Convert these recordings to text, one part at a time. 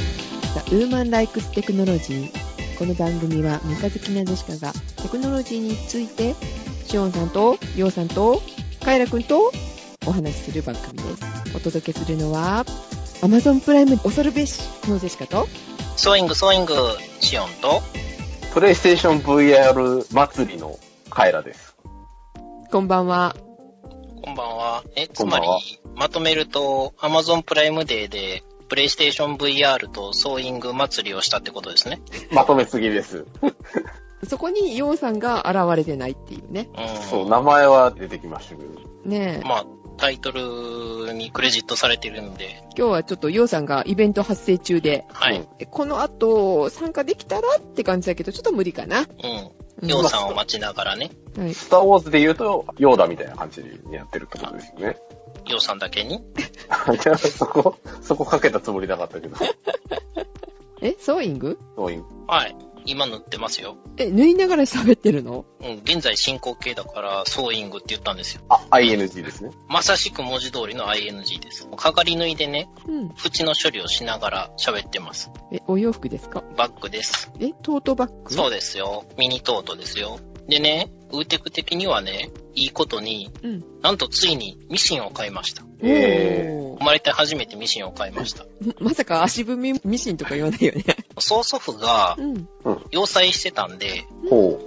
ウーマンライクステクノロジー。この番組は三日月な女子科がテクノロジーについて、シオンさんと、ヨウさんと、カイラくんとお話しする番組です。お届けするのは、Amazon プライム恐るべしのジェシカと、ソーイング、ソーイング、シオンと、プレイステーション VR 祭りのカエラです。こんばんは。こんばんは。え、つこんまばんりは、まとめると、Amazon プライムデーで、プレイステーション VR とソーイング祭りをしたってことですね。まとめすぎです。そこにヨウさんが現れてないっていうね。うん。そう、名前は出てきましたけど。ねえ。まあ、タイトルにクレジットされてるんで、今日はちょっとヨウさんがイベント発生中で、はい。うんこの後参加できたらって感じだけど、ちょっと無理かな。う。うんんヨウさんを待ちながらね、はい。スターウォーズで言うと、ヨーダみたいな感じになってるってことですよね。 ヨウさんだけに。いやそこ、そこかけたつもりなかったけど。え、ソーイングそういうはい。今塗ってますよ。え、縫いながら喋ってるのうん。現在進行形だから、ソーイングって言ったんですよ。あ、ING ですね。まさしく文字通りの ING です。かがり縫いでね、うん。縁の処理をしながら喋ってます。え、お洋服ですかバッグです。え、トートバッグ。そううですよ。ミニトートですよ。でね、ウーテク的にはね、いいことに、うんなんとついにミシンを買いました。えお生まれて初めてミシンを買いました。ーまさ か足踏みミシンとか言わないよね。曽祖父がうん。洋裁してたんで、ほ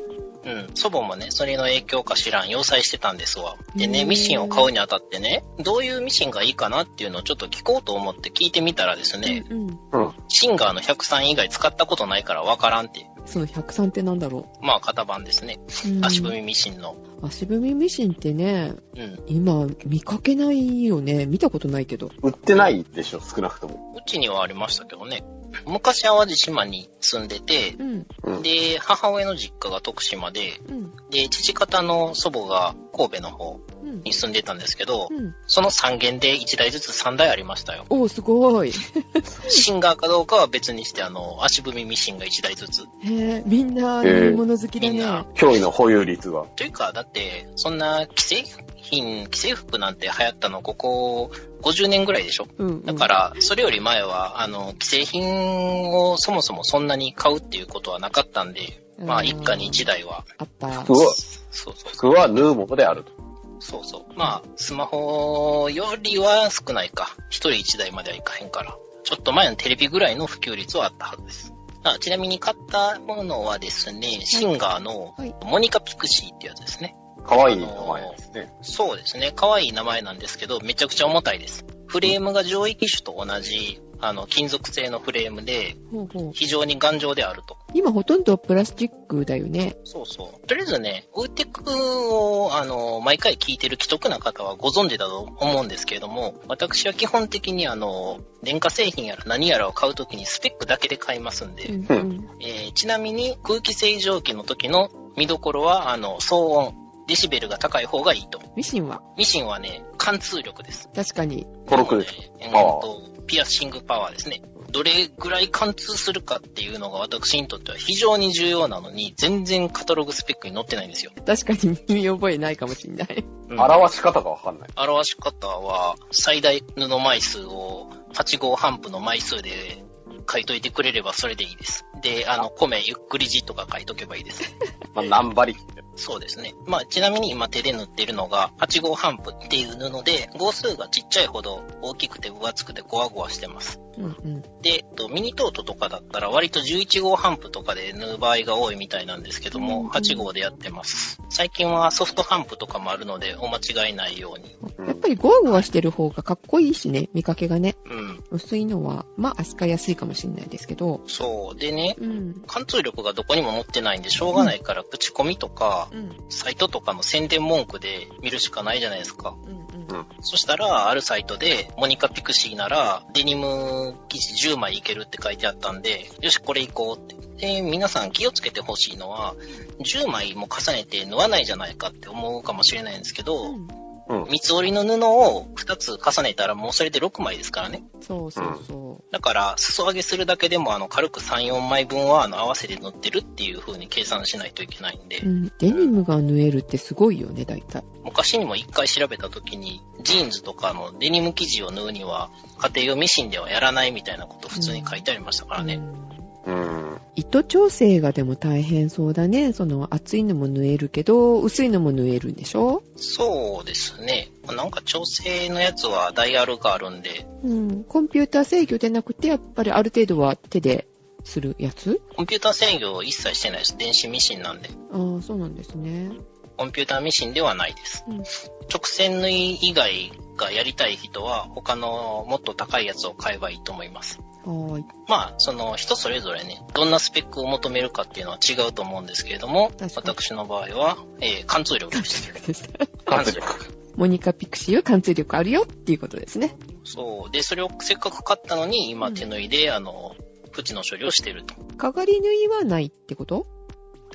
うん、祖母もね、それの影響か知らん、洋裁してたんですわ。でうね、んミシンを買うにあたってね、どういうミシンがいいかなっていうのをちょっと聞こうと思って聞いてみたらですね、うん。う。うん。シンガーの103以外使ったことないからわからんって、その103ってなんだろまあ型番ですね。う。うん足踏。みミシンの。足踏みミシンってね、うん。今見かけないよね。見たことないけど。売ってないでしょ、少なくとも。うちにはありましたけどね。昔淡路島に住んでて、うん。うん。で、母親の実家が徳島で、うん。で、父方の祖母が神戸の方うんに。住んでたんですけど、うん。その3軒で1台ずつ3台ありましたよ。おー、すごい。シンガーかどうかは別にして、あの、足踏みミシンが1台ずへつ。え、みんな乗り物好きだみんなね。脅威の保有率が。というか、だって、そんな既製品、既製服なんて流行ったのここ50年ぐらいでしょうんうん。だから、それより前は、あの、既製品をそもそもそんなに買うっていうことはなかったんで、まあ、うん一家に一台は、あった。服は、そうそう服はヌーモであると。そうそう。まあ、スマホよりは少ないか。一人一台まではいかへんから。ちょっと前のテレビぐらいの普及率はあったはずです。あちなみに買ったものはですね、シンガーのはいモニカピクシーってやつですね。かわいい名前ですね。そうですね。可愛い名前なんですけど、めちゃくちゃ重たいです。フレームが上位機種と同じ、あの、金属製のフレームで、ほうほう非常に頑丈であると。今ほとんどプラスチックだよね。そうそう。とりあえずね、ウーテックを、あの、毎回聞いてる既得な方はご存知だと思うんですけれども、私は基本的にあの、電化製品やら何やらを買うときにスペックだけで買いますんで、うんうえーちなみに空気清浄機の時の見どころは、あの、騒音、デシベルが高い方がいいと。ミシンはミシンはね、貫通力です。確かに。コロクル。えーパワーとピアシングパワーですね。どれぐらい貫通するかっていうのが私にとっては非常に重要なのに、全然カタログスペックに載ってないんですよ。確かに見覚えないかもしんない。うん表し方がわかんない。表し方は、最大布枚数を8号半布の枚数で書いといてくれればそれでいいです。で、あの、米ゆっくり字とか書いとけばいいです。まあ、何馬力って。そうですね。まあ、ちなみに今手で塗ってるのが8号半布っていう布で、号数がちっちゃいほど大きくて分厚くてゴワゴワしてます。うんうん。で、えっとミニトートとかだったら割と11号半布とかで縫う場合が多いみたいなんですけどうんも、8号でやってます。最近はソフト半布とかもあるので、お間違いないように。うんやっぱりゴワゴワしてる方がかっこいいしね、見かけがね。うん。薄いのは、まあ、扱いやすいかもしんないですけど。そう。でね、うん。貫通力がどこにも持ってないんでしょうがないから、口コミとか、うん。サイトとかの宣伝文句で見るしかないじゃないですか。うん。そしたら、あるサイトで、モニカピクシーなら、デニム生地10枚いけるって書いてあったんで、よし、これいこうって。で、皆さん気をつけてほしいのは、10枚も重ねて縫わないじゃないかって思うかもしれないんですけど、うん。三つ折りの布を2つ重ねたらもうそれで6枚ですからね。そうそうそだから、裾上げするだけでも、あの、軽く3、4枚分は、あの、合わせて塗ってるっていう風に計算しないといけないんでう、う、ん。デニムが縫えるってすごいよね、大体。昔にも一回調べた時に、ジーンズとかのデニム生地を縫うには、家庭用ミシンではやらないみたいなこと普通に書いてありましたからうね。んうん。糸調整がでも大変そうだね。その厚いのも縫えるけど、薄いのも縫えるんでしょそうですね。まあなんか調整のやつはダイヤルがあるんで、うん。コンピューター制御じゃなくて、やっぱりある程度は手でするやつコンピューター制御を一切してないです。電子ミシンなんで。ああ、そうなんですね。コンピューターミシンではないです。うん直線縫い以外がやりたい人は、他のもっと高いやつを買えばいいと思います。はーい。まあ、その人それぞれね、どんなスペックを求めるかっていうのは違うと思うんですけれども確、かに私の場合は、えー貫通力です。活力。モニカピクシーは貫通力あるよっていうことですね。そう。で、それをせっかく買ったのに、う今ん手縫いで、あの、プチの処理をしてると。かがり縫いはないってこと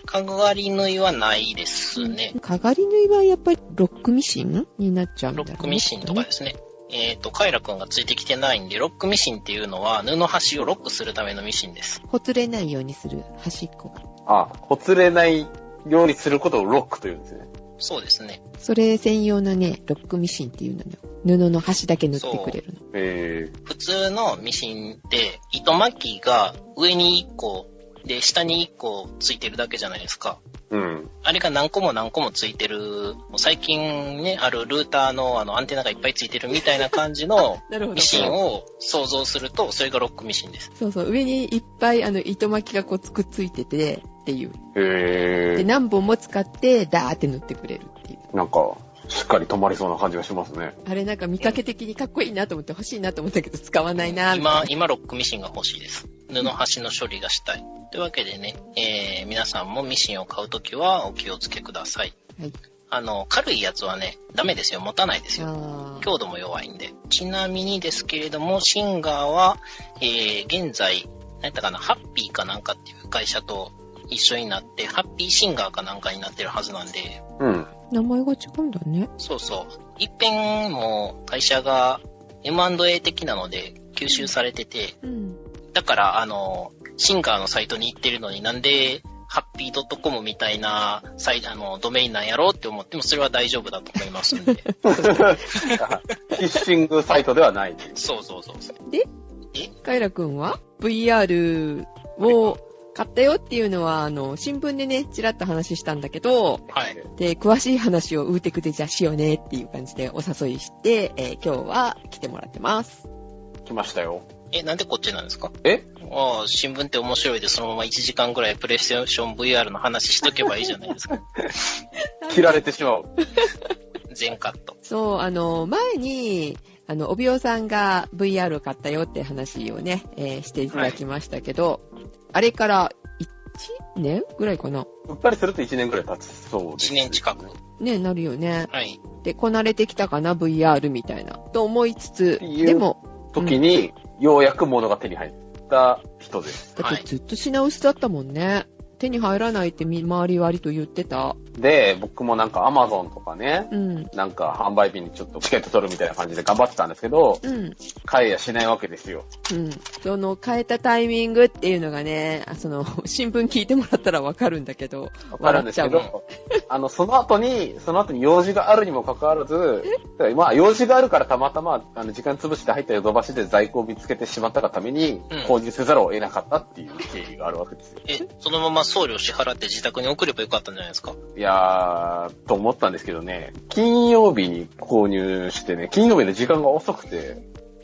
かがり縫いはないですね。かがり縫いはやっぱりロックミシンになっちゃうんだろロうねックミシンとかですね。えっ、と、カイラくんがついてきてないんで、ロックミシンっていうのは、布端をロックするためのミシンです。ほつれないようにする端っこが。あ、ほつれないようにすることをロックというんですね。そうですね。それ専用のね、ロックミシンっていうのよ。布の端だけ縫ってくれるの。え普通のミシンって、糸巻きが上に1個、で、下に1個ついてるだけじゃないですか。ー、うん。あれが何個も何個もついてる、もう最近ね、あるルーターのあのアンテナがいっぱいついてるみたいな感 じのなるほミシンを想像すると、それがロックミシンです。そうそう、上にいっぱいあの糸巻きがこうくっついてて、っていう。えで、ー、何本も使って、ダーって縫ってくれるっていう。なんか、しっかり止まりそうな感じがしますね。あれなんか見かけ的にかっこいいなと思って欲しいなと思ったけど使わないなみたいな今、今ロックミシンが欲しいです。布端の処理がしたい。というわけでね、えー、皆さんもミシンを買うときはお気をつけください。はい。あの、軽いやつはね、ダメですよ。持たないですよ。あー強度も弱いんで。ちなみにですけれども、シンガーは、えー、現在、何やったかな、ハッピーかなんかっていう会社と一緒になって、ハッピーシンガーかなんかになってるはずなんで、うん。 名前が違うんだね。そうそう。一遍も会社が M&A 的なので吸収されてて、うん。だから、あの、シンガーのサイトに行ってるのになんで、ハッピー .com みたいなサイあのドメインなんやろうって思ってもそれは大丈夫だと思いますんで。 フィッシングサイトではない。そうそうそうそう。カイラくんは ?VR を買ったよっていうのは、あの、新聞でね、ちらっと話したんだけど、はい。で、詳しい話をウーテクでじゃあしようねっていう感じでお誘いして、えー今日は来てもらってます。来ましたよ。え、なんでこっちなんですかえああ、新聞って面白いで、そのまま1時間ぐらいプレイステーション VR の話しとけばいいじゃないですか。切られてしまう。全カット。そう、あの、前に、あの、帯尾さんが VR を買ったよって話をね、えーしていただきましたけど、あれから1年ぐらいかなうっぱりすると1年ぐらい経つそうです。 1年近く。ね、なるよね。はい。で、こなれてきたかな ?VR みたいな。と思いつつ、いうでも、時に、ようやく物が手に入った人です。だってずっと品薄だったもんね。手に入らないってみ周り割と言ってた。で、僕もなんか Amazon とかね、うん。なんか販売日にちょっとチケット取るみたいな感じで頑張ってたんですけど、うん。買えやしないわけですよ。うん。その変えたタイミングっていうのがね、あその、 新聞聞いてもらったらわかるんだけど。わかるんですけ笑っど、あの、その後に、その後に用事があるにもかかわらず、まあ、用事があるからたまたま、あの、時間潰して入ったヨドバシで在庫を見つけてしまったがためにうん、購入せざるを得なかったっていう経緯があるわけですよ。え、そのまま送料支払って自宅に送ればよかったんじゃないですかいやー、と思ったんですけどね、金曜日に購入してね、金曜日の時間が遅くて、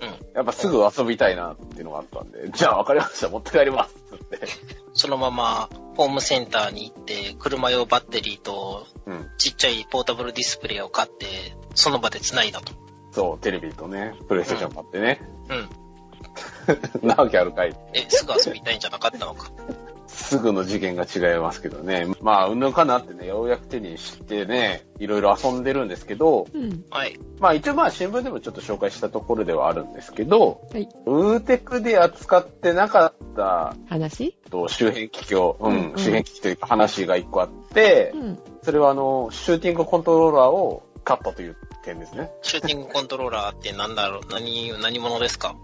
うん。やっぱすぐ遊びたいなっていうのがあったんで、じゃあわかりました、持って帰りますって言って。そのまま、ホームセンターに行って、車用バッテリーと、うん。ちっちゃいポータブルディスプレイを買って、その場で繋いだと。そう、テレビとね、プレイステーション買ってね、うん。 なわけあるかい。え、すぐ遊びたいんじゃなかったのか。すぐの事件が違いますけどね。まあ、うんぬんかなってね、ようやく手にしてね、いろいろ遊んでるんですけど、うん。はい。まあ一応まあ新聞でもちょっと紹介したところではあるんですけど、はいウーテクで扱ってなかった話と周辺機器を、うん、うんうん周辺機器というか話が一個あってう、ん。それはあの、シューティングコントローラーを買ったという点ですね。シューティングコントローラーって何だろう、何、何者ですか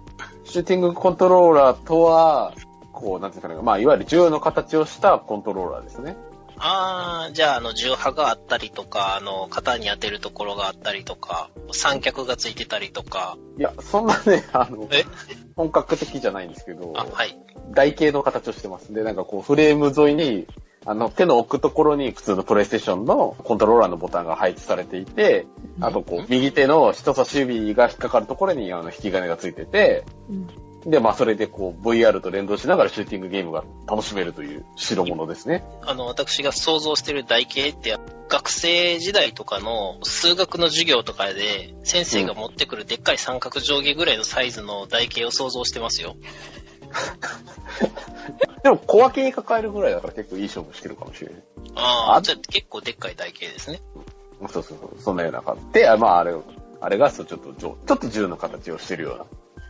シューティングコントローラーとは、こう、なんていうんですかね、まあ、いわゆる銃の形をしたコントローラーですね。あー、じゃあ、あの、重波があったりとか、あの、肩に当てるところがあったりとか、三脚がついてたりとか、いや、そんなね、あの、え本格的じゃないんですけど、あ、はい。台形の形をしてます。で、なんかこう、フレーム沿いに、あの、手の置くところに普通のプレイステーションのコントローラーのボタンが配置されていて、あとこう、右手の人差し指が引っかかるところに、あの、引き金がついてて、うんで、まあ、それでこう、VR と連動しながらシューティングゲームが楽しめるという代物ですね。あの、私が想像してる台形って、学生時代とかの数学の授業とかで、先生が持ってくるでっかい三角定規ぐらいのサイズの台形を想像してますよ。でも、小分けに抱えるぐらいだから結構いい勝負してるかもしれない。ああー、じゃあ結構でっかい台形ですね。そうそうそう、そんなような感じで、あまあ、あれ、あれがそうちょっとじょ、ちょっと銃の形をしてるような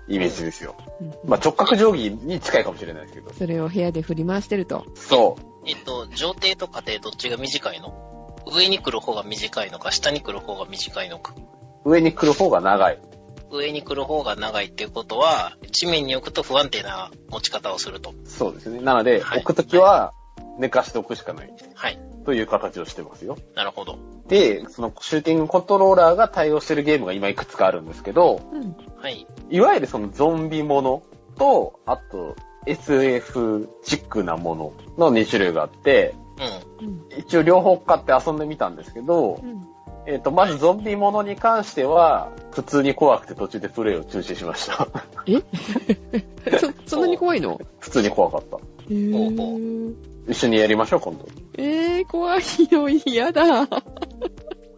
イメージですよ。うんまあ、直角定規に近いかもしれないですけど。それを部屋で振り回してると。そう。えっと、上帝と下帝どっちが短いの上に来る方が短いのか、下に来る方が短いのか。上に来る方が長い。上に来る方が長いっていうことは、地面に置くと不安定な持ち方をすると。そうですね。なので、はい置くときは寝かしておくしかないはい。という形をしてますよ。なるほど。で、そのシューティングコントローラーが対応してるゲームが今いくつかあるんですけど、うん。はい。いわゆるそのゾンビものと、あと SF チックなものの2種類があって、うん。うん。一応両方買って遊んでみたんですけどう、ん。えっ、と、まずゾンビものに関しては、普通に怖くて途中でプレイを中止しました。 えそ、そんなに怖いの普通に怖かった。へほうほー一緒にやりましょう、今度。えー、怖いよ、嫌だ。あ、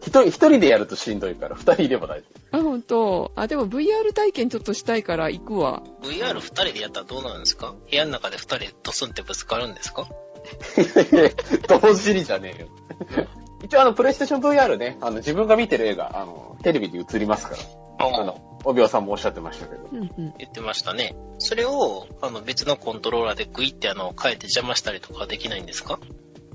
一人、一人でやるとしんどいから、二人いれば大丈本当。あ、でも VR 体験ちょっとしたいから行くわ。 VR2 人でやったらどうなるんですか部屋の中で2人でドスンってぶつかるんですか夫。いやいや同時にじゃねえよ。一応あの、プレイステーション VR ね、あの、自分が見てる映画、あの、テレビで映りますから。あの、おびさんもおっしゃってましたけど。うんうん。言ってましたね。それを、あの、別のコントローラーでグイってあの、変えて邪魔したりとかはできないんですか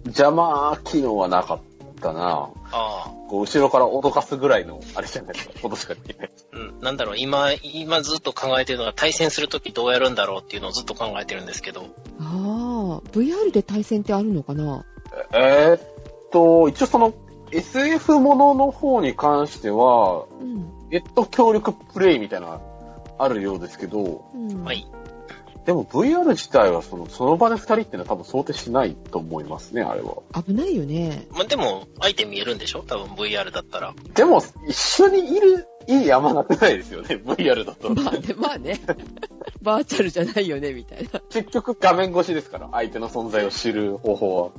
邪魔機能はなかったなああ。こう、後ろから脅かすぐらいの、あれじゃないですか、ことしかできない。うん、なんだろう、今、今ずっと考えてるのは対戦するときどうやるんだろうっていうのをずっと考えてるんですけど、ああ、VR で対戦ってあるのかなえーっと、一応その SF ものの方に関しては、うん。えっと、協力プレイみたいなのがあるようですけど、うん。は。い。でも VR 自体はそのその場で2人っていうのは多分想定しないと思いますね、あれは。危ないよね。まあ、でも、相手見えるんでしょ多分 VR だったら。でも、一緒にいる、いい山なくないですよね、VR だと。まあね、まあ ね。バーチャルじゃないよね、みたいな。結局画面越しですから、相手の存在を知る方法は。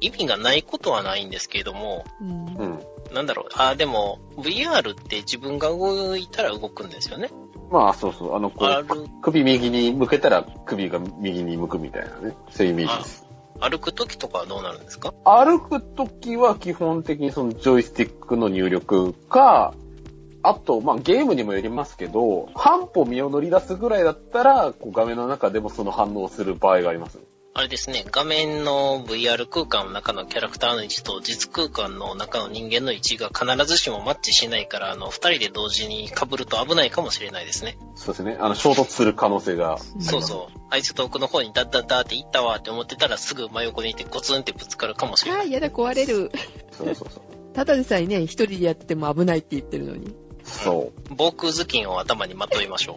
意味がないことはないんですけれども、うん。うん。なんだろう、ああ、でも、VR って自分が動いたら動くんですよね。まあ、そうそう、あの、こあう、る首右に向けたら首が右に向くみたいなね、そういうイメージです。歩くときとかはどうなるんですか歩くときは基本的にそのジョイスティックの入力か、あと、まあ、ゲームにもよりますけど、半歩身を乗り出すぐらいだったら、こう画面の中でもその反応をする場合があります。あれですね、画面の VR 空間の中のキャラクターの位置と実空間の中の人間の位置が必ずしもマッチしないから、あの、二人で同時に被ると危ないかもしれないですね。そうですね。あの、衝突する可能性が。そうそう。あいつ遠くの方にダッダッダーって行ったわって思ってたらすぐ真横にいてゴツンってぶつかるかもしれあなあ、い。やだ、壊れる。そうそうそう。ただでさえね、一人でやってても危ないって言ってるのに。そ防空頭巾を頭にまといましょ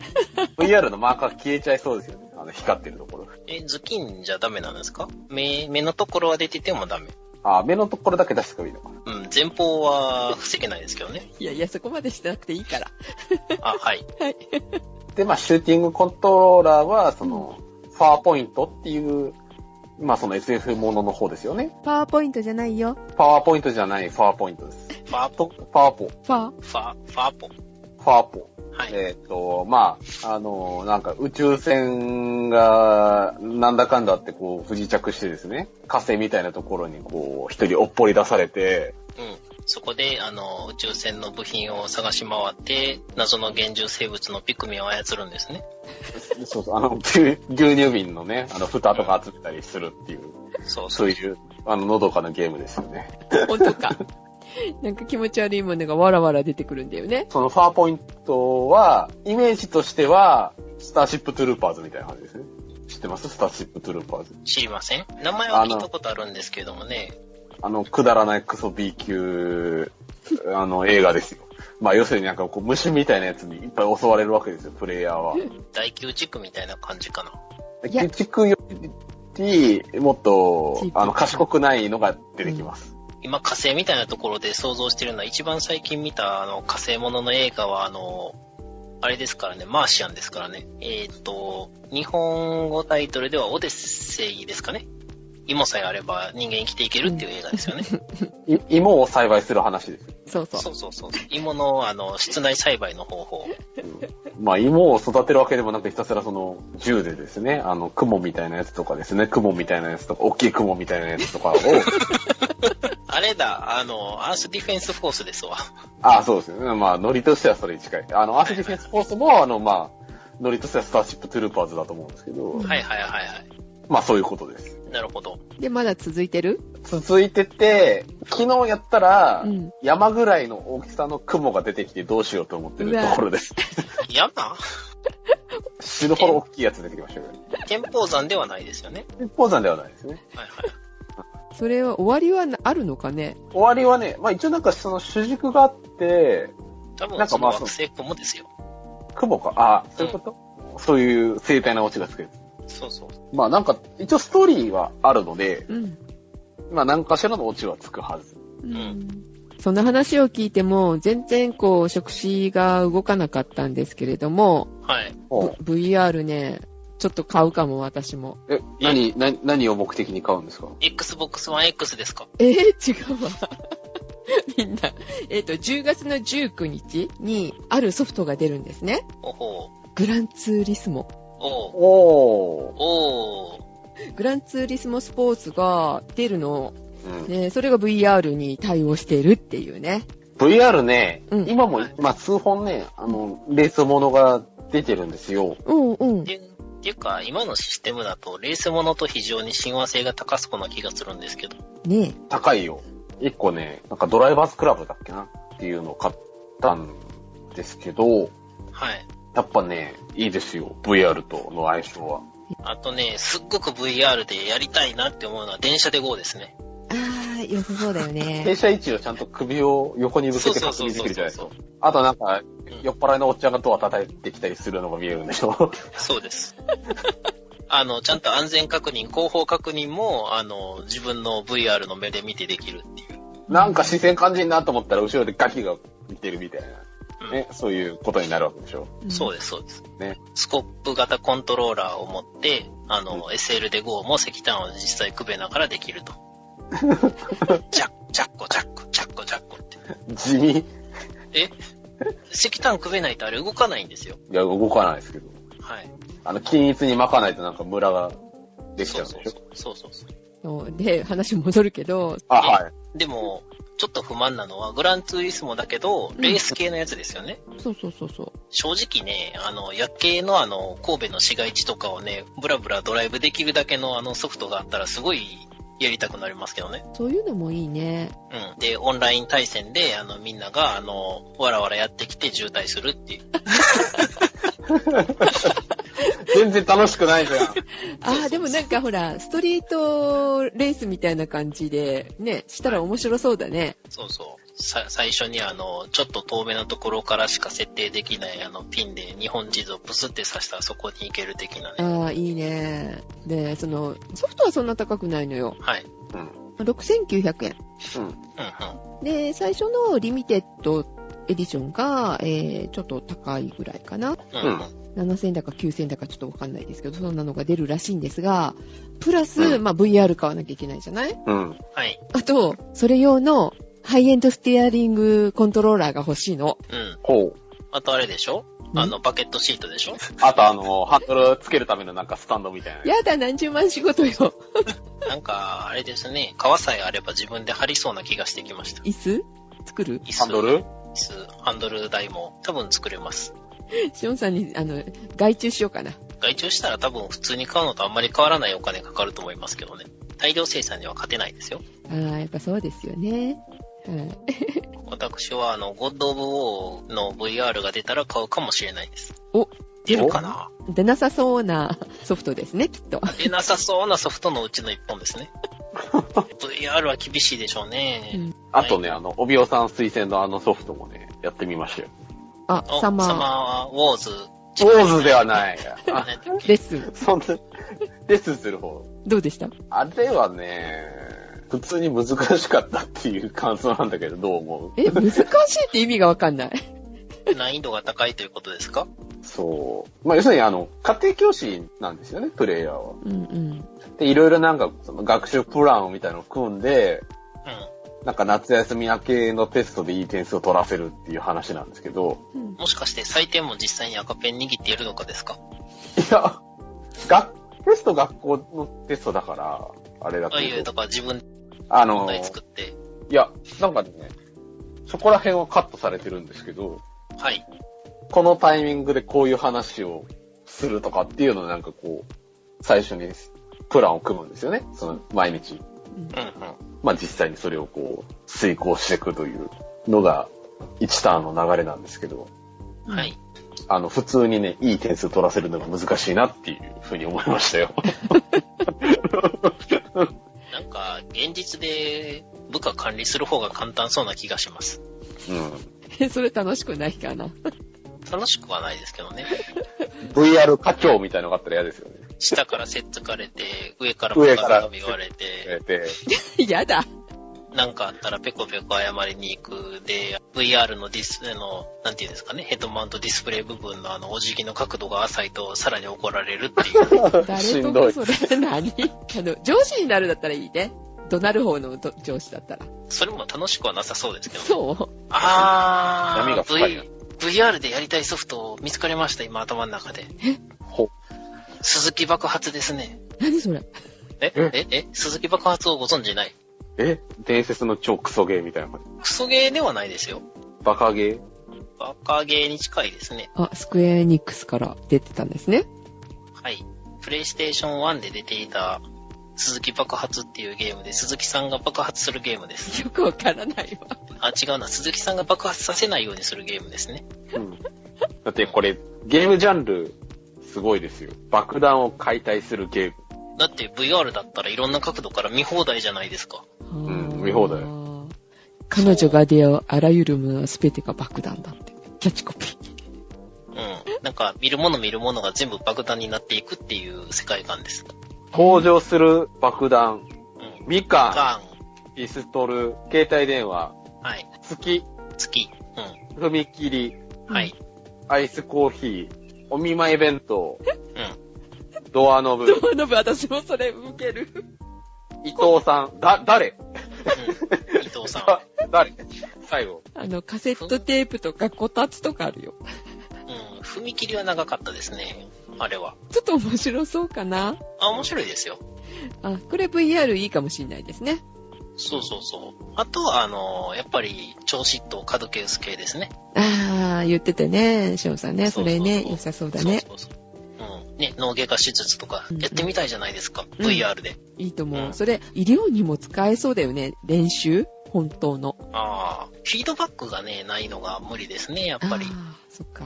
う。う。VR のマーカー消えちゃいそうですよね。あの、光ってるところ。え、頭巾じゃダメなんですか目、目のところは出ててもダメ。あ、目のところだけ出してもいいのか。うん、前方は防げないですけ どね。いやいや、そこまでしてなくていいから。あ、はい。で、まあ、シューティングコントローラーは、その、ファーポイントっていう、まあ、その SF ものの方ですよね。パワーポイントじゃないよ。パワーポイントじゃない、ファーポイントです。ファーポ、と、ファーポ、ファー。ファ、ファーポ。ファーポ。はい。えーっ、と、まあ、あの、なんか宇宙船が、なんだかんだあってこう、不時着してですね、火星みたいなところにこう、一人おっぽり出されて、うん。そこで、あの、宇宙船の部品を探し回って、謎の幻獣生物のピクミンを操るんですね。そうそう、あの、牛牛乳瓶のね、あの、蓋とか集めたりするっていう、そうそ。そうういう、あの、のどかなゲームですよね。本当か。 なんか気持ち悪いものがわらわら出てくるんだよね。そのファーポイントは、イメージとしては、スターシップトゥルーパーズみたいな感じですね。知ってますスターシップトゥルーパーズ。知りません名前は聞いたことあるんですけどもね。あの、くだらないクソ B 級、あの、映画ですよ。まあ、要するになんかこう、虫みたいなやつにいっぱい襲われるわけですよ、プレイヤーは。大宮地区みたいな感じかな。いや建築より、もっと地、域あの、賢くないのが出てきます。今火星みたいなところで想像してるのは一番最近見たあの火星ものの映画はあの、あれですからね、マーシアンですからね。えっ、と、日本語タイトルではオデッセイですかね。芋さえあれば人間生きていけるっていう映画ですよ ね。い芋を栽培する話ですよ。そうそう。そうそうそう。芋のあの、室内栽培の方法。まあ、芋を育てるわけでもなく、ひたすらその、銃でですね、あの、雲みたいなやつとかですね、雲みたいなやつとか、大きい雲みたいなやつとかを、あれだ、あの、アースディフェンスフォースですわ。ああ、そうですね。まあ、ノリとしてはそれに近い。あの、アースディフェンスフォースも、あの、まあ、ノリとしてはスターシップトゥルーパーズだと思うんですけど、はいはいはいはまあ、そういうことです。い。なるほど。で、まだ続いてる続いてて、昨日やったら、うん山ぐらいの大きさの雲が出てきてどうしようと思ってるところです。嫌な死ぬほど大きいやつ出てきましたけど、ね。天保山ではないですよね。天保山ではないですね。はいはい。それは終わりはなあるのかね終わりはね、まあ一応なんかその主軸があって、多な分んかそまのあ惑星雲ですよ。雲か、ああ、そういうこと、そういう生態なオチがつくやつ。そうそう。まあなんか、一応ストーリーはあるので、うん。まあ何かしらのオチはつくはず。うんその話を聞いても、全然こう、触手が動かなかったんですけれども、はい。おう V- VR ね、ちょっと買うかも、私も。え、何、な何を目的に買うんですか Xbox One X ですかえー、違うわ。 みんな。えっ、と、10月の19日に、あるソフトが出るんですね。おほグランツーリスモ。う。おう。おー。おう。グランツーリスモスポーツが出るの、うん、ね、それが VR に対応しているっていうね。 VR ね、うん今も、まあ数本ね、あの、レースものが出てるんですよ。うんうん。でっていうか、今のシステムだと、レースものと非常に親和性が高そうな気がするんですけど。ね高いよ。一個ね、なんかドライバーズクラブだっけなっていうのを買ったんですけど、はい。やっぱね、いいですよ。VR との相性は。あとね、すっごく VR でやりたいなって思うのは、電車で GO ですね。あー、良さそうだよね 停。車位置をちゃんと首を横に向けて確認できるじゃないですそかう。あとなんか、酔っ払いのおっちゃんがドア叩いてきたりするのが見えるんでしょそうです。あの、ちゃんと安全確認、後方確認も、あの、自分の VR の目で見てできるっていう。なんか視線感じんなと思ったら後ろでガキが見てるみたいうんな。ね、そういうことになるわけでしょ。そうでです、そうです。ね。スコップ型コントローラーを持って、あの、SL で GO も石炭を実際くべながらできる と。ジャック、ジャッコ、ジャッコ、ジャッコ、ジャッコって。地味。いえ石炭くべないとあれ動かないんですよ。や、動かないですけど。はい。あの、均一に巻かないとなんかムラができちゃうんでしょそうそうそうそうそうそう。す。で、話戻るけど、あ、はい。でも、ちょっと不満なのは、グランツーリスモだけど、レース系のやつですよね。そうそうそうそう。正直ね、あの、夜景のあの、神戸の市街地とかをね、ブラブラドライブできるだけのあのソフトがあったらすごいやりたくなりますけどね。そういうのもいいね。うん。で、オンライン対戦で、あの、みんなが、あの、わらわらやってきて渋滞するっていう。全然楽しくないじゃん。ああ、でもなんかほら、ストリートレースみたいな感じで、ね、したら面白そうだね。そうそう。さ、最初にあの、ちょっと遠目のところからしか設定できないあの、ピンで日本地図をプスって刺したらそこに行ける的なね。ああ、いいね。で、その、ソフトはそんな高くないのよ。はい。うん。 6900円。うん。うんうん。で、最初のリミテッドエディションが、えー、ちょっと高いぐらいかな。うんうん。 7000だか9000だかちょっとわかんないですけど、そんなのが出るらしいんですが、プラス、うんまあ VR 買わなきゃいけないじゃないうん。はい。あと、それ用のハイエンドステアリングコントローラーが欲しいの。うん。ほう。あとあれでしょんあの、バケットシート でしょあとあの、ハンドルつけるためのなんかスタンドみたいな。やだ、何十万仕事よ。なんか、あれですね、革さえあれば自分で貼りそうな気がしてきました。椅子作る椅子ハンドル椅子、ハンドル台も多分作れます。シオンさんに、あの、外注しようかな。外注したら多分普通に買うのとあんまり変わらないお金かかると思いますけどね。大量生産には勝てないですよ。ああ、やっぱそうですよね。はい。私は、あの、ゴッド・オブ・ウォーの VR が出たら買うかもしれないです。お出るかな出なさそうなソフトですね、きっと。出なさそうなソフトのうちの一本ですね。VR は厳しいでしょうね。うんあとね、あの、帯尾さん推薦のあのソフトもね、やってみましたよ。あ、おサマサーマーウォーズ。ウォーズではない。あなんだっけレッスン。そんな、レッスンする方。どうでしたあれはね、普通に難しかったっていう感想なんだけど、どう思 え、難しいって意味がわかんない。 難易度が高いということですかうそう。まあ、要するに、あの、家庭教師なんですよね、プレイヤーは。うんうん。で、いろいろなんか、その学習プランみたいなのを組んで、なんか夏休み明けのテストでいい点数を取らせるっていう話なんですけど、うんうん。もしかして採点も実際に赤ペン握っているのかですかいや、が、テスト学校のテストだから、あれだあいやけだど、から自分であ問の、題作って。いや、なんかね、そこら辺はカットされてるんですけど、はい。このタイミングでこういう話をするとかっていうのをなんかこう、最初にプランを組むんですよね。その毎日。うんうん。まあ実際にそれをこう、遂行していくというのが、1ターンの流れなんですけど、はい。あの、普通にね、いい点数取らせるのが難しいなっていうふうに思いましたよ。なんか、現実で部下管理する方が簡単そうな気がします。うん。え それ楽しくないかな。 楽しくはないですけどね。 VR 課長みたいのがあったら嫌ですよね。下からせっつかれて、上から上部か下らが言われて、で、やだ。なんかあったらペコペコ謝りに行く。で、VR のディス、あの、なんていうんですかね、ヘッドマウントディスプレイ部分のあの、お辞儀の角度が浅いとさらに怒られるっていう。誰しとんどもい。それ 何あの、上司になるだったらいいね。怒鳴る方のど上司だったら。それも楽しくはなさそうですけどね。そあー、闇が深いな v r でやりたいソフト見つかりました、今頭の中で。 ほ鈴木爆発ですね。う何それええええ鈴木爆発をご存知ないえ伝説の超クソゲーみたいな感じ。クソゲーではないですよ。バカゲーバカゲーに近いですね。あ、スクエアエニックスから出てたんですね。はい。プレイステーション1で出ていた鈴木爆発っていうゲームで、鈴木さんが爆発するゲームで す。よくわからないわ。あ、違うな。鈴木さんが爆発させないようにするゲームですね。うんだってこれ、ゲームジャンル、すごいですよ。爆弾を解体するゲーム。だって VR だったらいろんな角度から見放題じゃないですか。ん見放題彼女が出会うあらゆるものは全てが爆弾だって。キャッチコピ ー。うん。なんか、見るもの見るものが全部爆弾になっていくっていう世界観です。登場する爆弾、うん。みかガん、ピストル、携帯電話、ン。はい。月、月。踏切、うん。はい。アイスコーヒー、お見舞い弁当、うん。ドアノブ、ドアノブ、私もそれ受ける。 伊藤さん、だ、誰うん。伊藤さん。だ誰最後。あの、カセットテープとかこたつとかあるよ。うん。踏切は長かったですね。あれは。ちょっと面白そうかな。あ、面白いですよ。あ、これ VR いいかもしんないですね。そうそうそう。あとは、あのやっぱり、超嫉妬、カドケウス系ですね。あー、言っててね、ショウさんね。それね、そう良さそうだね。そうそうそう。うん。ね、脳外科手術とかうん、やってみたいじゃないですか。うん VR で。いいと思う。うんそれ、医療にも使えそうだよね。練習本当の。ああ、フィードバックがね、ないのが無理ですね、やっぱりあ。ー、そっか。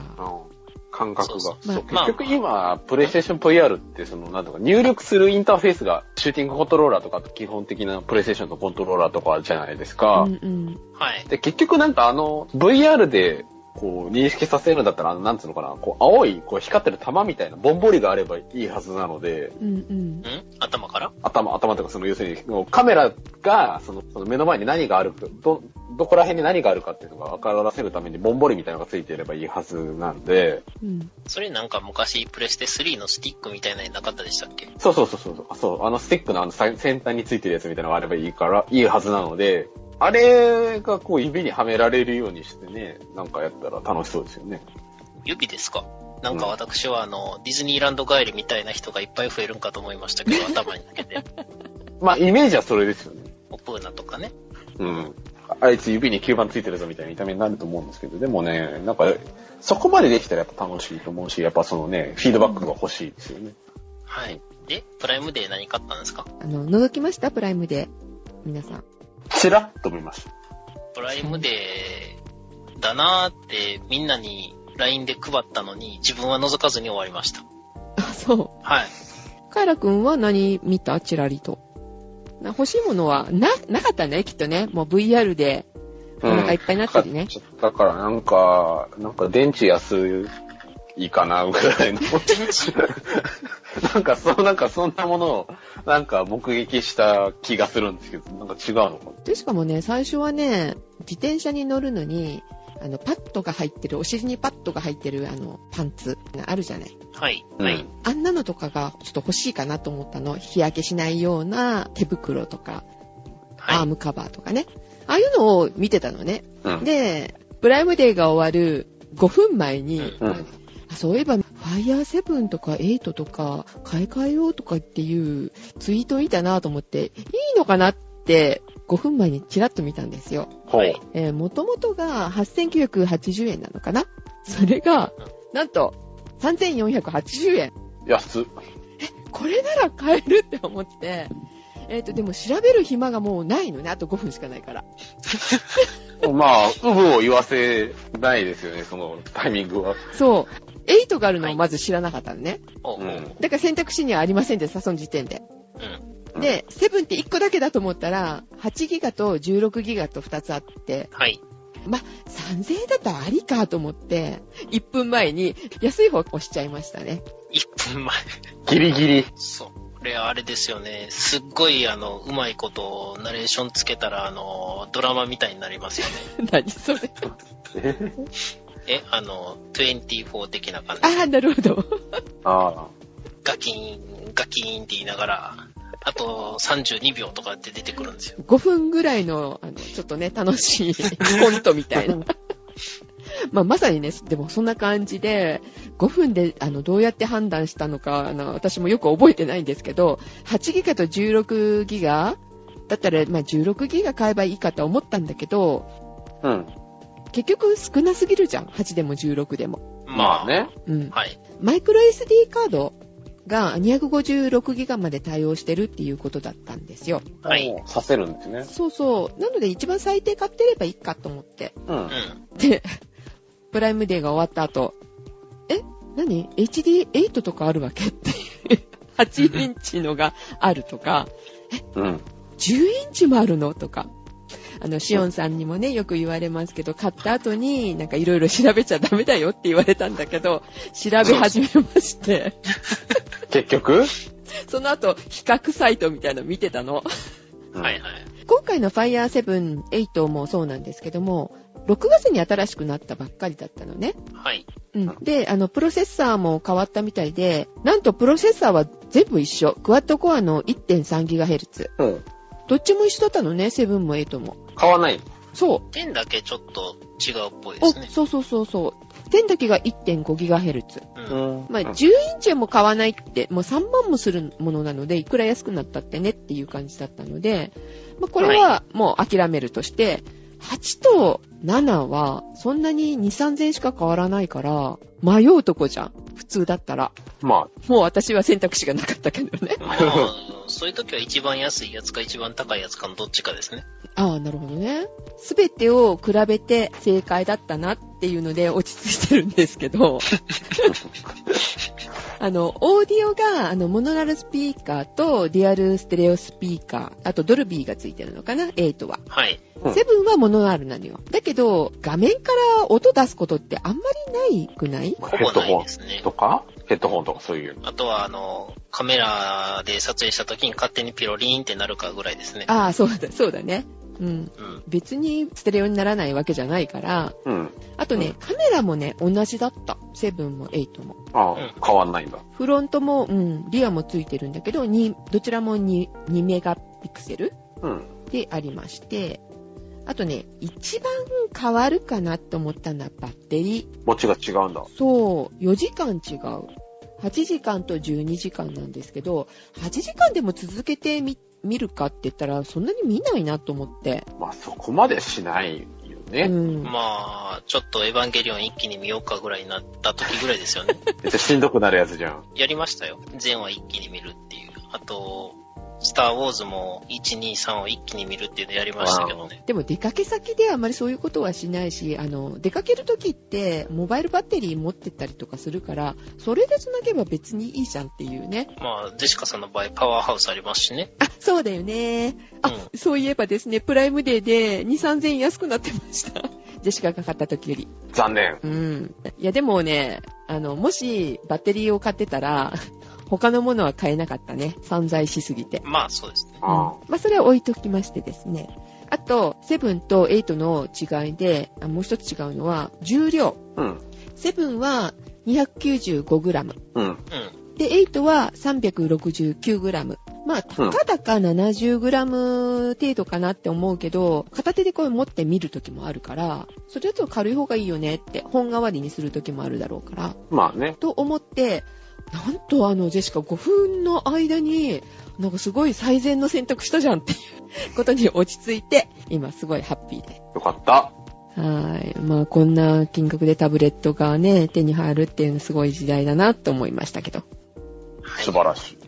感覚が。そうそうそうま結あ局今、プレイステーション VR って、その、なんとか、入力するインターフェースが、シューティングコントローラーとか、基本的なプレイステーションのコントローラーとかじゃないですか。うんうん。はい。で、結局なんかあの、VR で、こう、認識させるんだったら、あのなんつうのかな、こう、青い、こう、光ってる玉みたいな、ぼんぼりがあればいいはずなので、うんうん。うん頭から頭、頭とか、その、要するに、カメラが、その、その目の前に何があるか、ど、どこら辺に何があるかっていうのが分からせるために、ぼんぼりみたいなのがついていればいいはずなんで、うん。それなんか昔プレステ3のスティックみたいなのなかったでしたっけそうそうそうそう。あそう、あのスティックのあのさ先端についてるやつみたいなのがあればいいから、いいはずなので、あれがこう指にはめられるようにしてね、なんかやったら楽しそうですよね。指ですかなんか私はあの、ディズニーランド帰りみたいな人がいっぱい増えるんかと思いました けど、頭に抜けて。まあ、イメージはそれですよね。オプーナとかね。うん。あいつ指に吸盤ついてるぞみたいな見た目になると思うんですけど、でもね、なんか、そこまでできたらやっぱ楽しいと思うし、やっぱそのね、フィードバックが欲しいですよね。はい。で、プライムデー何買ったんですかあの、覗きましたプライムで。皆さん。チラッと見ました。ププライムデーだなーってみんなに LINE で配ったのに自分は覗かずに終わりました。あ、そはい。う。カイラくんは何見たチラリと。な欲しいものは、な、なかったね、きっとね。もう VR で、お腹いっぱいになってるね。ちょっとだからなんか、なんか電池安いかな、ぐ らいの。なんか、そう、なんかそんなものを、なんか目撃した気がするんですけど、なんか違うのかで、しかもね、最初はね、自転車に乗るのに、あの、パッドが入ってる、お尻にパッドが入ってる、あの、パンツ、あるじゃない。はい。な。はい。。あんなのとかが、ちょっと欲しいかなと思ったの。日焼けしないような手袋とか、アはーい。ムカバーとかね。ああいうのを見てたのね。うん。で、プライムデーが終わる5分前に、うん。あそういえば、ファイヤーセブンとかエイトとか買い替えようとかっていうツイート見たなと思って、いいのかなって5分前にチラッと見たんですよ。ほう。えー、元々が8980円なのかなそれが、なんと、3480円。安っ。これなら買えるって思って、えっ、と、でも調べる暇がもうないのね。あと5分しかないから。まあ、有無を言わせないですよね、そのタイミングは。そう。8があるのはをいまず知らなかったのね。おうおう。うんだから選択肢にはありませんでした、その時点で。うん。で、7って1個だけだと思ったら、8ギガと16ギガと2つあって、はい。 3000円だったらありかと思って、1分前に安い方を押しちゃいましたね。 1分前。 ギリギリ。そう。これあれですよね。すっごい、あの、うまいこと、ナレーションつけたら、あの、ドラマみたいになりますよ ね。 何それ。え、あの、24的な感じあ。あ、なるほど。ああ。ガキーン、ガキーンって言いながら、あと32秒とかって出てくるんですよ。 5分ぐらいの、あの、ちょっとね、楽しいコントみたいな。まあ、まさにね、でもそんな感じで、5分で、あの、どうやって判断したのか、あの、私もよく覚えてないんですけど、8ギガと16ギガだったら、まあ、16ギガ買えばいいかと思ったんだけど、うん。結局少なすぎるじゃん。8でも16でも。まあ。ね。うん。はい。マイクロ SD カードが256ギガまで対応してるっていうことだったんですよ。はい。もうさせるんですね。そうそう。なので一番最低買ってればいいかと思って。う。うんん。で、プライムデーが終わった後、え何 ?HD8 とかあるわけっていう。8インチのがあるとか、うん。 10インチもあるのとか。あの、シオンさんにもね、よく言われますけど、買った後になんかいろいろ調べちゃダメだよって言われたんだけど、調べ始めまして、結局その後、比較サイトみたいなの見てたの。はいはい。今回の Fire7、8もそうなんですけども、6月に新しくなったばっかりだったのね。はい。うん。で、あの、プロセッサーも変わったみたいで、なんとプロセッサーは全部一緒。クワッドコアの 1.3GHz。うん。どっちも一緒だったのね、7も8も。買わない。そう。点だけちょっと違うっぽいでお、すね。そうそうそうそう。10だけが 1.5GHz。うん。んまあ、10インチはもう買わないって、もう3万もするものなので、いくら安くなったってねっていう感じだったので、まあ、これはもう諦めるとして、8と7はそんなに2、3000円しか変わらないから、迷うとこじゃん。普通だったら。まもう私は選択肢がなかったけどね。まあそういう時は一番安いやつか一番高いやつかのどっちかですね。ああ、なるほどね。すべてを比べて正解だったなっていうので落ち着いてるんですけ ど、あの、オーディオが、あの、モノラルスピーカーとデュアルステレオスピーカー、あとドルビーがついてるのかな、8は。はい。うんセブンはモノラルなのよ。だけど、画面から音出すことってあんまりないくないあ、ほヘぼッドないホですンねと。かヘッドホンとかそういう。あとは、あの、カメラで撮影した時に勝手にピロリーンってなるかぐらいですね。ああ、そうだ、そうだね。うん。うん。別にステレオにならないわけじゃないから、うん。あとね、うんカメラもね、同じだった。セブンも8も。あうんあ、変わんないんだ。フロントも、うん、リアもついてるんだけど、にどちらも 2, 2メガピクセルうん。でありまして、あとね、一番変わるかなと思ったのはバッテリー。持ちが違うんだ。そう、4時間違う。8時間と12時間なんですけど、8時間でも続けてみ、見るかって言ったら、そんなに見ないなと思って。まあ、そこまでしないようね。ん。まあ、ちょっとエヴァンゲリオン一気に見ようかぐらいになった時ぐらいです よね。めっちゃしんどくなるやつじゃん。やりましたよ。全話一気に見るっていう。あと、スター・ウォーズも1、2、3を一気に見るっていうのやりましたけどね。でも出かけ先であまりそういうことはしないし、あの、出かけるときって、モバイルバッテリー持ってったりとかするから、それで繋げば別にいいじゃんっていうね。まあ、ジェシカさんの場合、パワーハウスありますしね。あ、そうだよね。あ、うそういえばですね、プライムデーで2、3000円安くなってました。ジェシカが買った時より。残念。うん。いや、でもね、あの、もしバッテリーを買ってたら、他のものは買えなかったね。散財しすぎて。まあ、そうですね。あまあ、それは置いときましてですね。あと、7と8の違いで、あもう一つ違うのは、重量。あ。うん。 7は 295g。うん。うん。で、8は 369g。まあ、うたんかだか 70g 程度かなって思うけど、片手でこう持ってみるときもあるから、それだと軽い方がいいよねって、本代わりにするときもあるだろうから、まあね。と思って、なんとあの、ジェシカ5分の間に、なんかすごい最善の選択したじゃんっていうことに落ち着いて、今すごいハッピーで。よかった。はい。まあ、こんな金額でタブレットがね、手に入るっていうのはすごい時代だなと思いましたけど、はい。素晴らしい。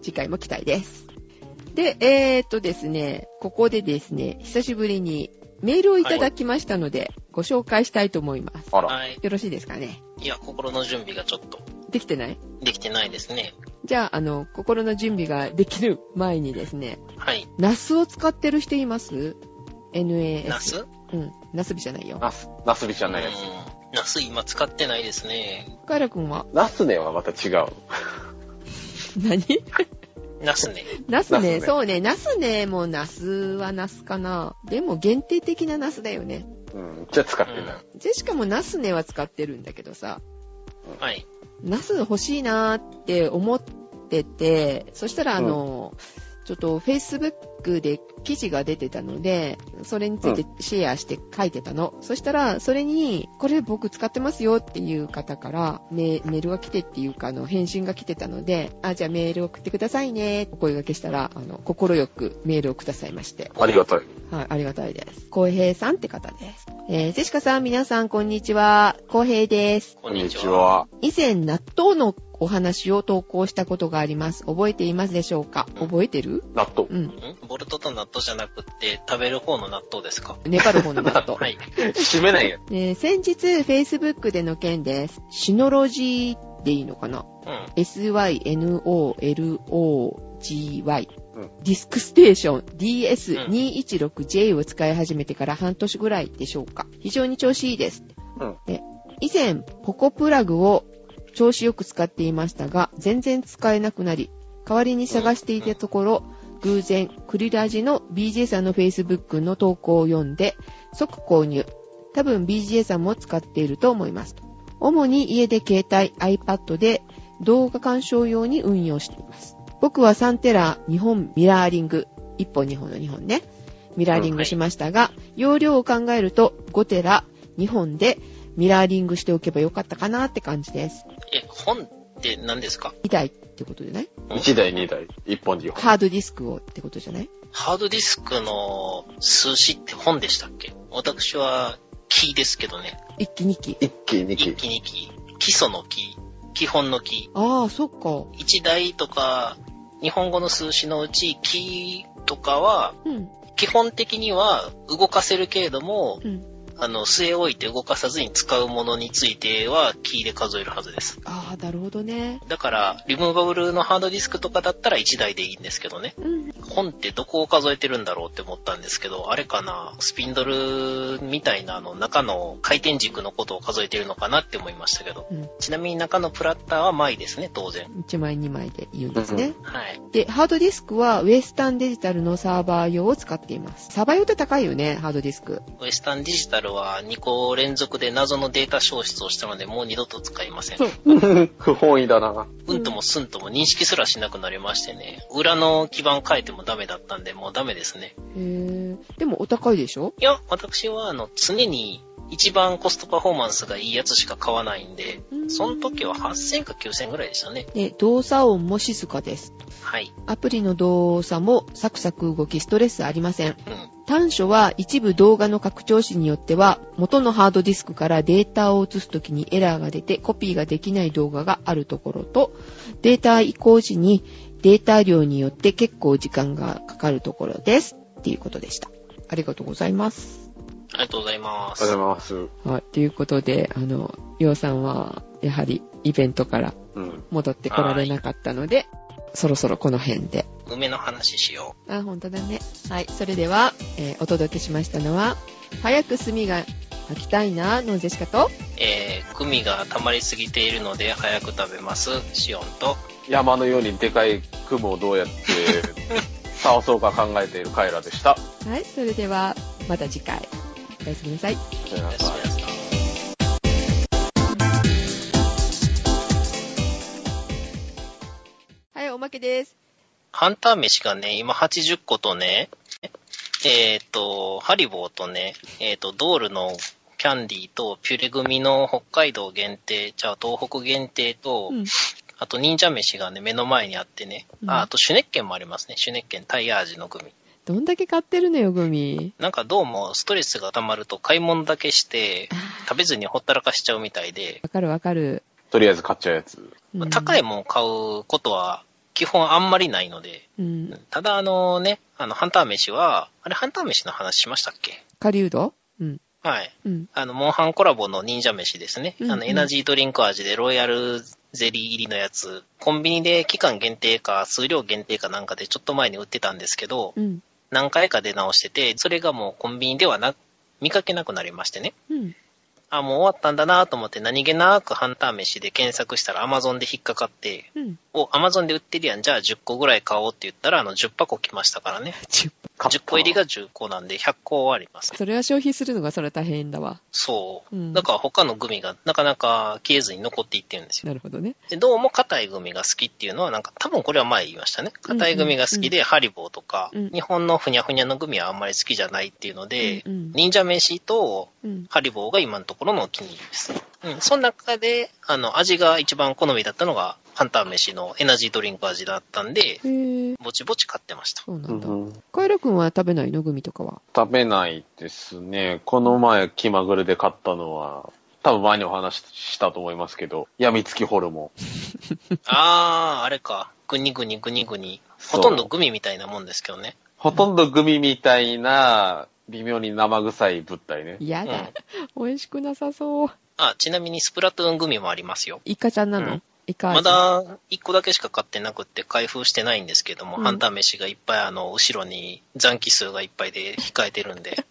次回も期待です。で、えー、っとですね、ここでですね、久しぶりにメールをいただきましたので、ご紹介したいと思います。あら。はい。よろしいですかねいや、心の準備がちょっとできてないできてないですね。じゃあ、あの、心の準備ができる前にですね、はい。ナスを使ってる人います ?NAS。ナスうん。ナスビじゃないよ。ナス、ナスビじゃないやつ。うん。ナス今使ってないですね。カイラ君は ナスネはまた違う。何ナスね。ナスね、ナスねそうね、ナスね、もうナスはナスかな。でも限定的なナスだよね。うん。じゃあ使ってない。ジェシカもナスねは使ってるんだけどさ、はい。ナス欲しいなーって思ってて、そしたらあの、ちょっと Facebook で記事が出てたので、それについてシェアして書いてたの。そしたら、それに、これ僕使ってますよっていう方から、メメールが来てっていうか、あの、返信が来てたので、あ、じゃあメール送ってくださいね、お声掛けしたら、あの、心よくメールをくださいまして。ありがたい。はい、ありがたいです。浩平さんって方です。えー、ジェシカさん、皆さん、こんにちは。浩平です。ここんんににちちは。は。以前、納豆のお話を投稿したことがあります。覚えていますでしょうか覚えてる納豆。うん。んボルトと納豆じゃなくって、食べる方の納豆ですか粘る方の納豆。 はい。閉めないやえー先日、Facebook での件です。シノロジーでいいのかなうん。 SYNOLOGY うん。ディスクステーションうん DS216J を使い始めてから半年ぐらいでしょうか。非常に調子いいです。うんで以前、ポコプラグを調子よく使っていましたが、全然使えなくなり、代わりに探していたところ、偶然、クリラジの BJ さんの Facebook の投稿を読んで、即購入。多分 BJ さんも使っていると思います。主に家で携帯、iPad で動画鑑賞用に運用しています。僕は3テラ2本ミラーリング、1本2本の2本ね、ミラーリングしましたが、容量を考えると5テラ2本でミラーリングしておけばよかったかなって感じです。え、本って何ですか2台ってことじゃないん。1台、2台、1本、2本。ハードディスクをってことじゃないハードディスクの数詞って本でしたっけ私は、キーですけどね。 ?1 機2機。 1機、2一機。気にキー。基礎のキー。基本のキああ、そっか。ー。一台とか、日本語の数詞のうち、キーとかは、うん、基本的には動かせるけれども、うん。あの、据え置いて動かさずに使うものについては、キーで数えるはずです。ああ、なるほどね。だから、リムーバブルのハードディスクとかだったら1台でいいんですけどね。うん。本ってどこを数えてるんだろうって思ったんですけど、あれかな、スピンドルみたいなあの中の回転軸のことを数えてるのかなって思いましたけど、うんちなみに中のプラッターは前ですね、当然。 1枚2枚で言うんですね。はい。で、ハードディスクはウェスタンデジタルのサーバー用を使っています。サーバー用って高いよね、ハードディスク。ウエスタンディジタルは2個連続で謎のデータ消失をしたので、もう二度と使いません。そう不本意だな。うんともすんとも認識すらしなくなりましてね、裏の基板変えてもダメだったんで、もうダメですね。へーでもお高いでしょいや、私は、あの、常に一番コストパフォーマンスがいいやつしか買わないんで、その時は8000か9000ぐらいでしたね。で、動作音も静かです。はい。アプリの動作もサクサク動きストレスありません。うん。短所は一部動画の拡張子によっては元のハードディスクからデータを移すときにエラーが出てコピーができない動画があるところとデータ移行時にデータ量によって結構時間がかかるところですっていうことでした。ありがとうございます。ありがとうございまありがとすう。ございます。はい。ということで、あの、ようさんはやはりイベントからうん。戻ってこられなかったので、そろそろこの辺で。梅の話しよあ、本当だね。はい。それでは、えーお届けしましたのは、早く炭が吐きたいな、のジェシカと、う。えー、グミが溜まりすぎているので早く食べます。シオンと。山のようにでかい雲をどうやって倒そうか考えているカイラでした。はい。それでは、また次回。おやすみなさい。さよおなやすみらなさい。はい、おまけです。ハンター飯がね、今80個とね、えっ、と、ハリボーとね、えっ、と、ドールのキャンディーと、ピュレ組の北海道限定、じゃあ東北限定と、うん。あと忍者飯がね、目の前にあってね、うんあ、あとシュネッケンもありますね。シュネッケンタイヤ味のグミ。どんだけ買ってるのよ、グミ。なんかどうもストレスが溜まると買い物だけして、食べずにほったらかしちゃうみたいで、わかるわかる。とりあえず買っちゃうやつ。うん高いもん買うことは基本あんまりないので、うん。ただあのね、あの、ハンター飯は、あれハンター飯の話しましたっけ狩人うん。はい。うん。あの、モンハンコラボの忍者飯ですね。うんあの、エナジードリンク味でロイヤルゼリー入りのやつ。コンビニで期間限定か、数量限定かなんかでちょっと前に売ってたんですけど、うん。何回か出直してて、それがもうコンビニではな、見かけなくなりましてね。うん。あ、もう終わったんだなと思って何気なくハンター飯で検索したら Amazon で引っかかって、うん。お、Amazon で売ってるやん、じゃあ10個ぐらい買おうって言ったら、あの、10箱来ましたからね。 10買った10個入りが10個なんで100個あります。 それは消費するのがそれは大変だわ。そう。うんだから他のグミがなかなか消えずに残っていってるんですよ。なるほどね。で、どうも硬いグミが好きっていうのはなんか多分これは前言いましたね。硬いグミが好きで、ハリボーとか、うん日本のふにゃふにゃのグミはあんまり好きじゃないっていうので、うんうん忍者飯とうん。ハリボーが今のところのお気に入りです。うん。その中で、あの、味が一番好みだったのが、ハンター飯のエナジードリンク味だったんで、へー。ぼちぼち買ってました。そうなうんだ。んカイラ君は食べないのグミとかは。食べないですね。この前気まぐれで買ったのは、多分前にお話ししたと思いますけど、病みつきホルモン。あー、あれか。グニグニグニグニ。ほとんどグミみたいなもんですけどね。ほとんどグミみたいな、微妙に生臭い物体ね。やだ。 美味しくなさそう。あ、ちなみにスプラトゥーングミもありますよ。イカちゃんなの、うんイカ味まだ1個だけしか買ってなくって開封してないんですけども、うんハンター飯がいっぱいあの、後ろに残機数がいっぱいで控えてるんで、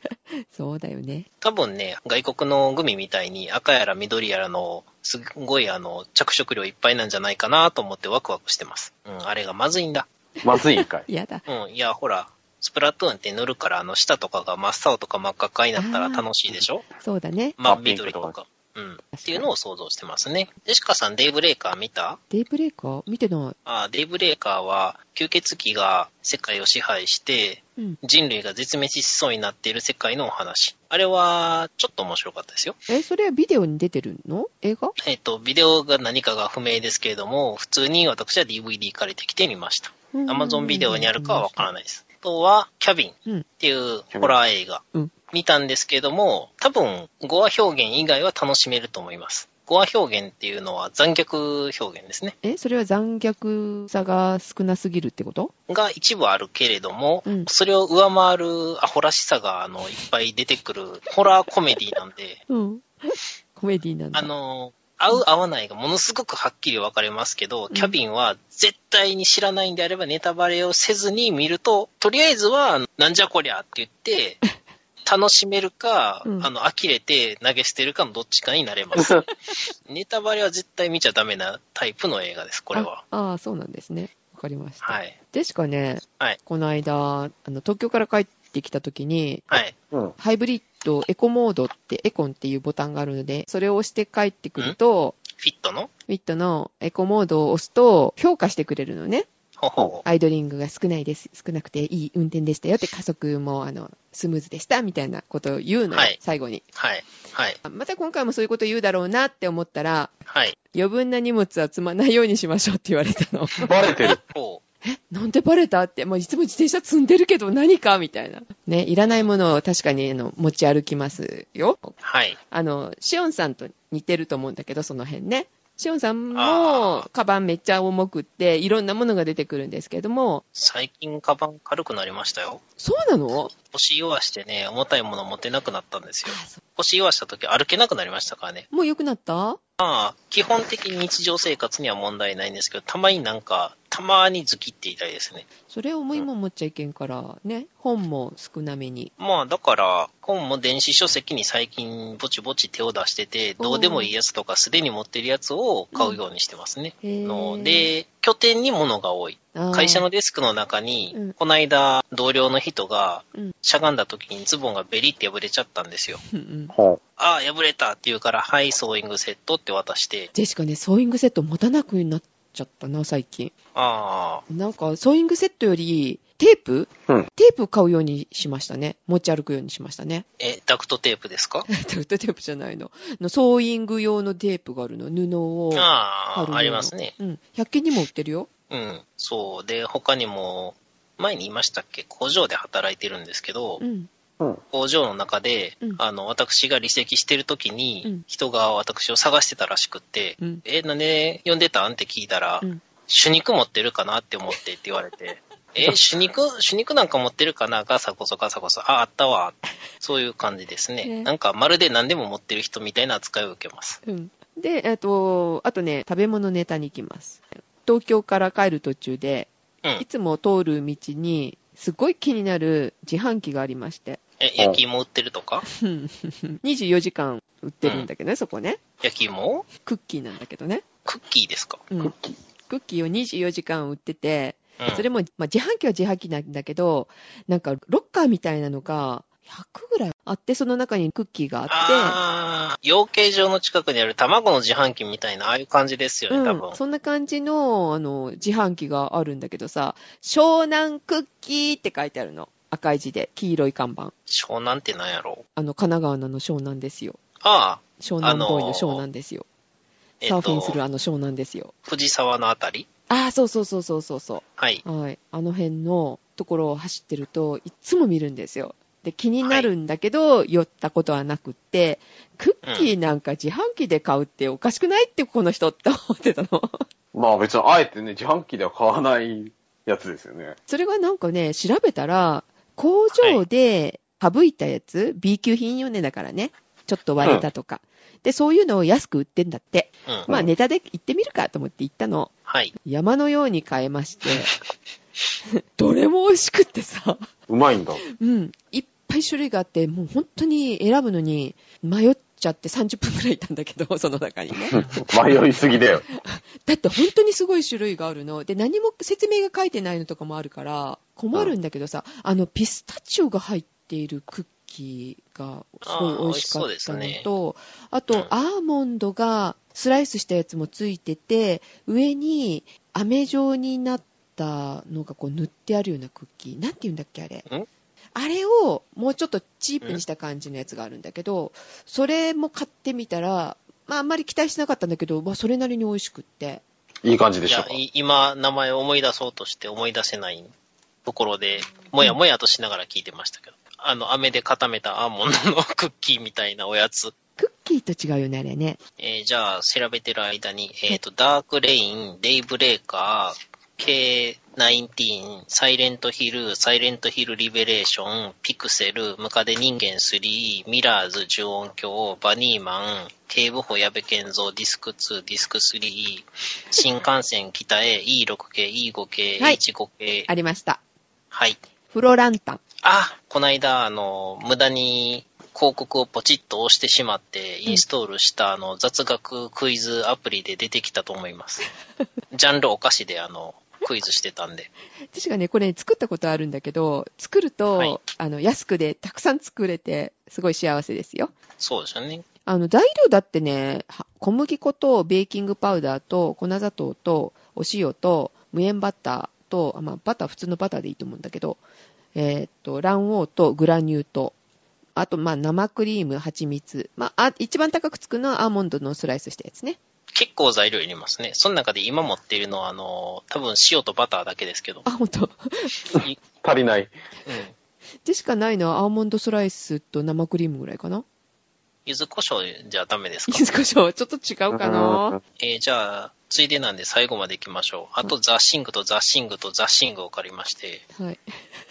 そうだよね。多分ね、外国のグミみたいに赤やら緑やらの、すっごいあの、着色料いっぱいなんじゃないかなと思ってワクワクしてます。うん、あれがまずいんだ。まずいんかい。やだ。うん、いや、ほら、スプラトゥーンって塗るから、あの、舌とかが真っ青とか真っ赤っかになったら楽しいでしょそうだね。真あっ緑とピンクか。うん。っていうのを想像してますね。ジェシカさん、デイブレイカー見たデイブレイカー見てなあデイブレイカーは吸血鬼が世界を支配してい。うん。人類が絶滅しそうになっている世界のお話。あれはちょっと面白かったですよ。え、それはビデオに出てるの映画えっ、と、ビデオが何かが不明ですけれども、普通に私は DVD 借りてきてみました。Amazon ビデオにあるかはわからい。ないです。あとは、キャビンっうん。ていうホラー映画うん。見たんですけれども、多分、語話表現以外は楽しめると思います。語話表現っていうのは残虐表現ですね。え、それは残虐さが少なすぎるってことが一部あるけれども、うん、それを上回るアホらしさがあのいっぱい出てくるホラーコメディなんでうん。 コメディなんだ。あ、の、合う合わないがものすごくはっきり分かれますけど、んキャビンは絶対に知らないんであればネタバレをせずに見ると、とりあえずはなんじゃこりゃって言 って、楽しめるか、うんあの、呆れて投げ捨てるかのどっちかにな れます。ネタバレは絶対見ちゃダメなタイプの映画です、これは。ああー、そうなんですね。わかりました。はい。でしかね、はいこの間、あの、東京から帰ってきた時に、はい。 うん。ハイブリッド、エコモードって、エコンっていうボタンがあるので、それを押して帰ってくると、フィットのウィットのエコモードを押すと、評価してくれるのね。ほほアイドリングが少ないです。少なくていい運転でしたよって、加速も、あの、スムーズでした、みたいなことを言うのよ、はい最後に。はい。はい。あまた今回もそういうこと言うだろうなって思ったら、はい。余分な荷物は積まないようにしましょうって言われたの。バレてる。ほう。 なんでバレたって、もういつも自転車積んでるけど何かみたいな。ね、いらないものを確かにあの持ち歩きますよ。はい。あの、シオンさんと似てると思うんだけど、その辺ね。シオンさんあも、カバンめっちゃ重くって、いろんなものが出てくるんですけども、最近、カバン軽くなりましたよ。そうなの腰弱してね、重たいもの持てなくなったんですよ。あそ腰弱した時歩けなくなりましたからね。うもう良くなったまあ、基本的に日常生活には問題ないんですけど、たまになんか、たまにズキって痛いですね。それ重いもん持っちゃいけんから、ね、本も少なめに。まあ、だから、本も電子書籍に最近、ぼちぼち手を出してて、どうでもいいやつとか、すでに持ってるやつを買うようにしてますね。へーので、拠点に物が多い。あー会社のデスクの中うにん、こないだ同僚の人がうん、しゃがんだ時にズボンがベリって破れちゃったんですよ。うんうんほう。ああ、破れたって言うから、はい、ソーイングセットって渡して、ジェシカね、ソーイングセット持たなくなっちゃったな、最近。あなんか、ソーイングセットより、テープ、うんテープ買うようにしましたね。持ち歩くようにしましたね。あ、え、ダクトテープで すかダウトテープじゃないの。のソーイング用のテープがあるの。布を。貼あるあ、のありますね。うん。100均にも売ってるよ。うん。そう。で、他にも、前に言いましたっけ工場で働いてるんですけど、うん。うん。工場の中で、うんあの、私が離席してる時うにん、人が私を探してたらしくって、うん。え、なんで呼んでたんって聞いたら、うん主肉持ってるかなって思ってって言われて、 え、主肉、主肉なんか持ってるかなガサゴソガサゴソ、あ、あったわ。そういう感じですね。ねなんかまるで何でも持ってる人みたいな扱いを受けます。うん。で、えっと、あとね、食べ物ネタに行きます。東京から帰る途中で、うんいつも通る道に、すごい気になる自販機がありま して、え、焼き芋売ってるとかうん24時間売ってるんだけどね、そこね。焼き芋クッキーなんだけどね。クッキーですかうんクッキーを24時間売ってて、うんそれも、まあ、自販機は自販機なんだけど、なんかロッカーみたいなのが100ぐらいあって、その中にクッキーがあって、あー、養鶏場の近くにある卵の自販機みたいな、ああいう感じですよね、多分。うん、そんな感じのあの自販機があるんだけどさ、湘南クッキーって書いてあるの。赤い字で、黄色い看板。湘南ってなんやろあの、神奈川のあの湘南ですよ。ああ、湘南ボーイの湘南ですよ。えっ、サーフィンすると、あの湘南ですよ。藤沢のあたりああ、そうそうそうそうそうそう。はい。はい、あの辺のところを走ってるといつも見るんですよ。で気になるんだけど、寄ったことはなくって、クッキーなんか自販機で買うっておかしくないって、この人って思ってたの。 まあ別に、あえてね、自販機では買わないやつですよね。それがなんかね、調べたら、工場で省いたやつ、B 級品よねだからね、ちょっと割れたとか、で、そういうのを安く売ってんだって、うん。まあネタで行ってみるかと思って行ったの。はい。山のように買えまして、どれも美味しくってさ。うまいんだ。うん、いっぱい種類があって、もう本当に選ぶのに迷っちゃって30分くらいいたんだけど、 その中にね。迷いすぎだよ。だって本当にすごい種類があるの。で、何も説明が書いてないのとかもあるから、困るんだけどさ、あの、ピスタチオが入っているクッキーがすごい美味しかったあーの美味しと、あうんと、アーモンドがスライスしたやつもついてて、上に飴状になったのがこう塗ってあるようなクッキー。なんて言うんだっけ、あれん。あれをもうちょっとチープにした感じのやつがあるんだけど、それも買ってみたら、まあ、あんまり期待しなかったんだけど、まあ、それなりに美味しくって。いい感じでいしょうや、か。い今、名前を思い出そうとして思い出せないところで、もやもやとしながら聞いてましたけど。あの、飴で固めたアーモンドのクッキーみたいなおやつ。クッキーと違うよね、あれね。えーじゃあ、調べてる間に、えっ、と、ダークレイン、デイブレーカー、K19、サイレントヒル、サイレントヒルリベレーション、ピクセル、ムカデ人間3、ミラーズ重音響、バニーマン、警部補矢部健三、ディスク2、ディスク3、新幹線北へ、E6 系、E5 系、はい H5 系、ありました。はい。フロランタン。あ、こないだ、あの、無駄に広告をポチッと押してしまって、インストールした、あの、雑学クイズアプリで出てきたと思 います。ジャンルお菓子で、あの、クイズしてたんで。確かね、これ作ったことあるんだけど、作ると、はいあの、安くでたくさん作れて、すごい幸せですよ。そうですよね。あの、材料だってね、は小麦粉とベーキングパウダーと粉砂糖とお塩と無塩バターと、あまあ、バター普通のバターでいいと思うんだけど、えーっと、卵黄とグラニュー糖。あと、まあ、生クリーム、蜂蜜。まあ、あ一番高くつくのはアーモンドのスライスしたやつね。結構材料いりますね。その中で今持っているのは、あの、多分塩とバターだけですけど。あ、本当。い足りない。うん。 でしかないのはアーモンドスライスと生クリームぐらいかな。柚子胡椒じゃダメですか柚子胡椒、 ちょっと違うかな。えーじゃあ、ついでなんで最後まで行きましょう。あと、ザ・シングとザ・シングとザ・シングを借りまして、はい。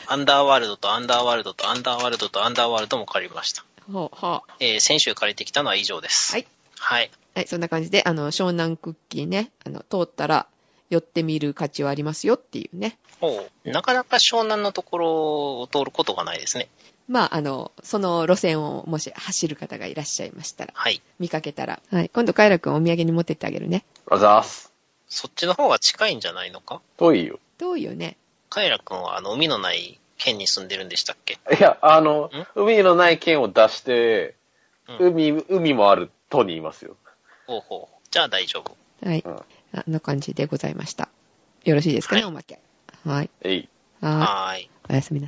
アンダーワールドとアンダーワールドとアンダーワールドとアンダーワールドも借りました。はあ、はあ。えー先週借りてきたのは以上です。はい。はい。はい、そんな感じで、あの、湘南クッキーね、あの、通ったら寄ってみる価値はありますよっていうね。おうなかなか湘南のところを通ることがないですね。まあ、あの、その路線をもし走る方がいらっしゃいましたら、はい。見かけたら、はい。今度、カイラくんお土産に持ってってあげるね。あざーす。そっちの方が近いんじゃないのか遠いよ。どうよね。カイラ君はあの海のない県に住んでるんでしたっけいや、あの、海のない県を出して、海、海もある都にいますよ。ほうほう。じゃあ大丈夫。はい。うん。あの感じでございました。よろしいですかね、はいおまけ。はい。えい。ははーい。い。おやすみなさい。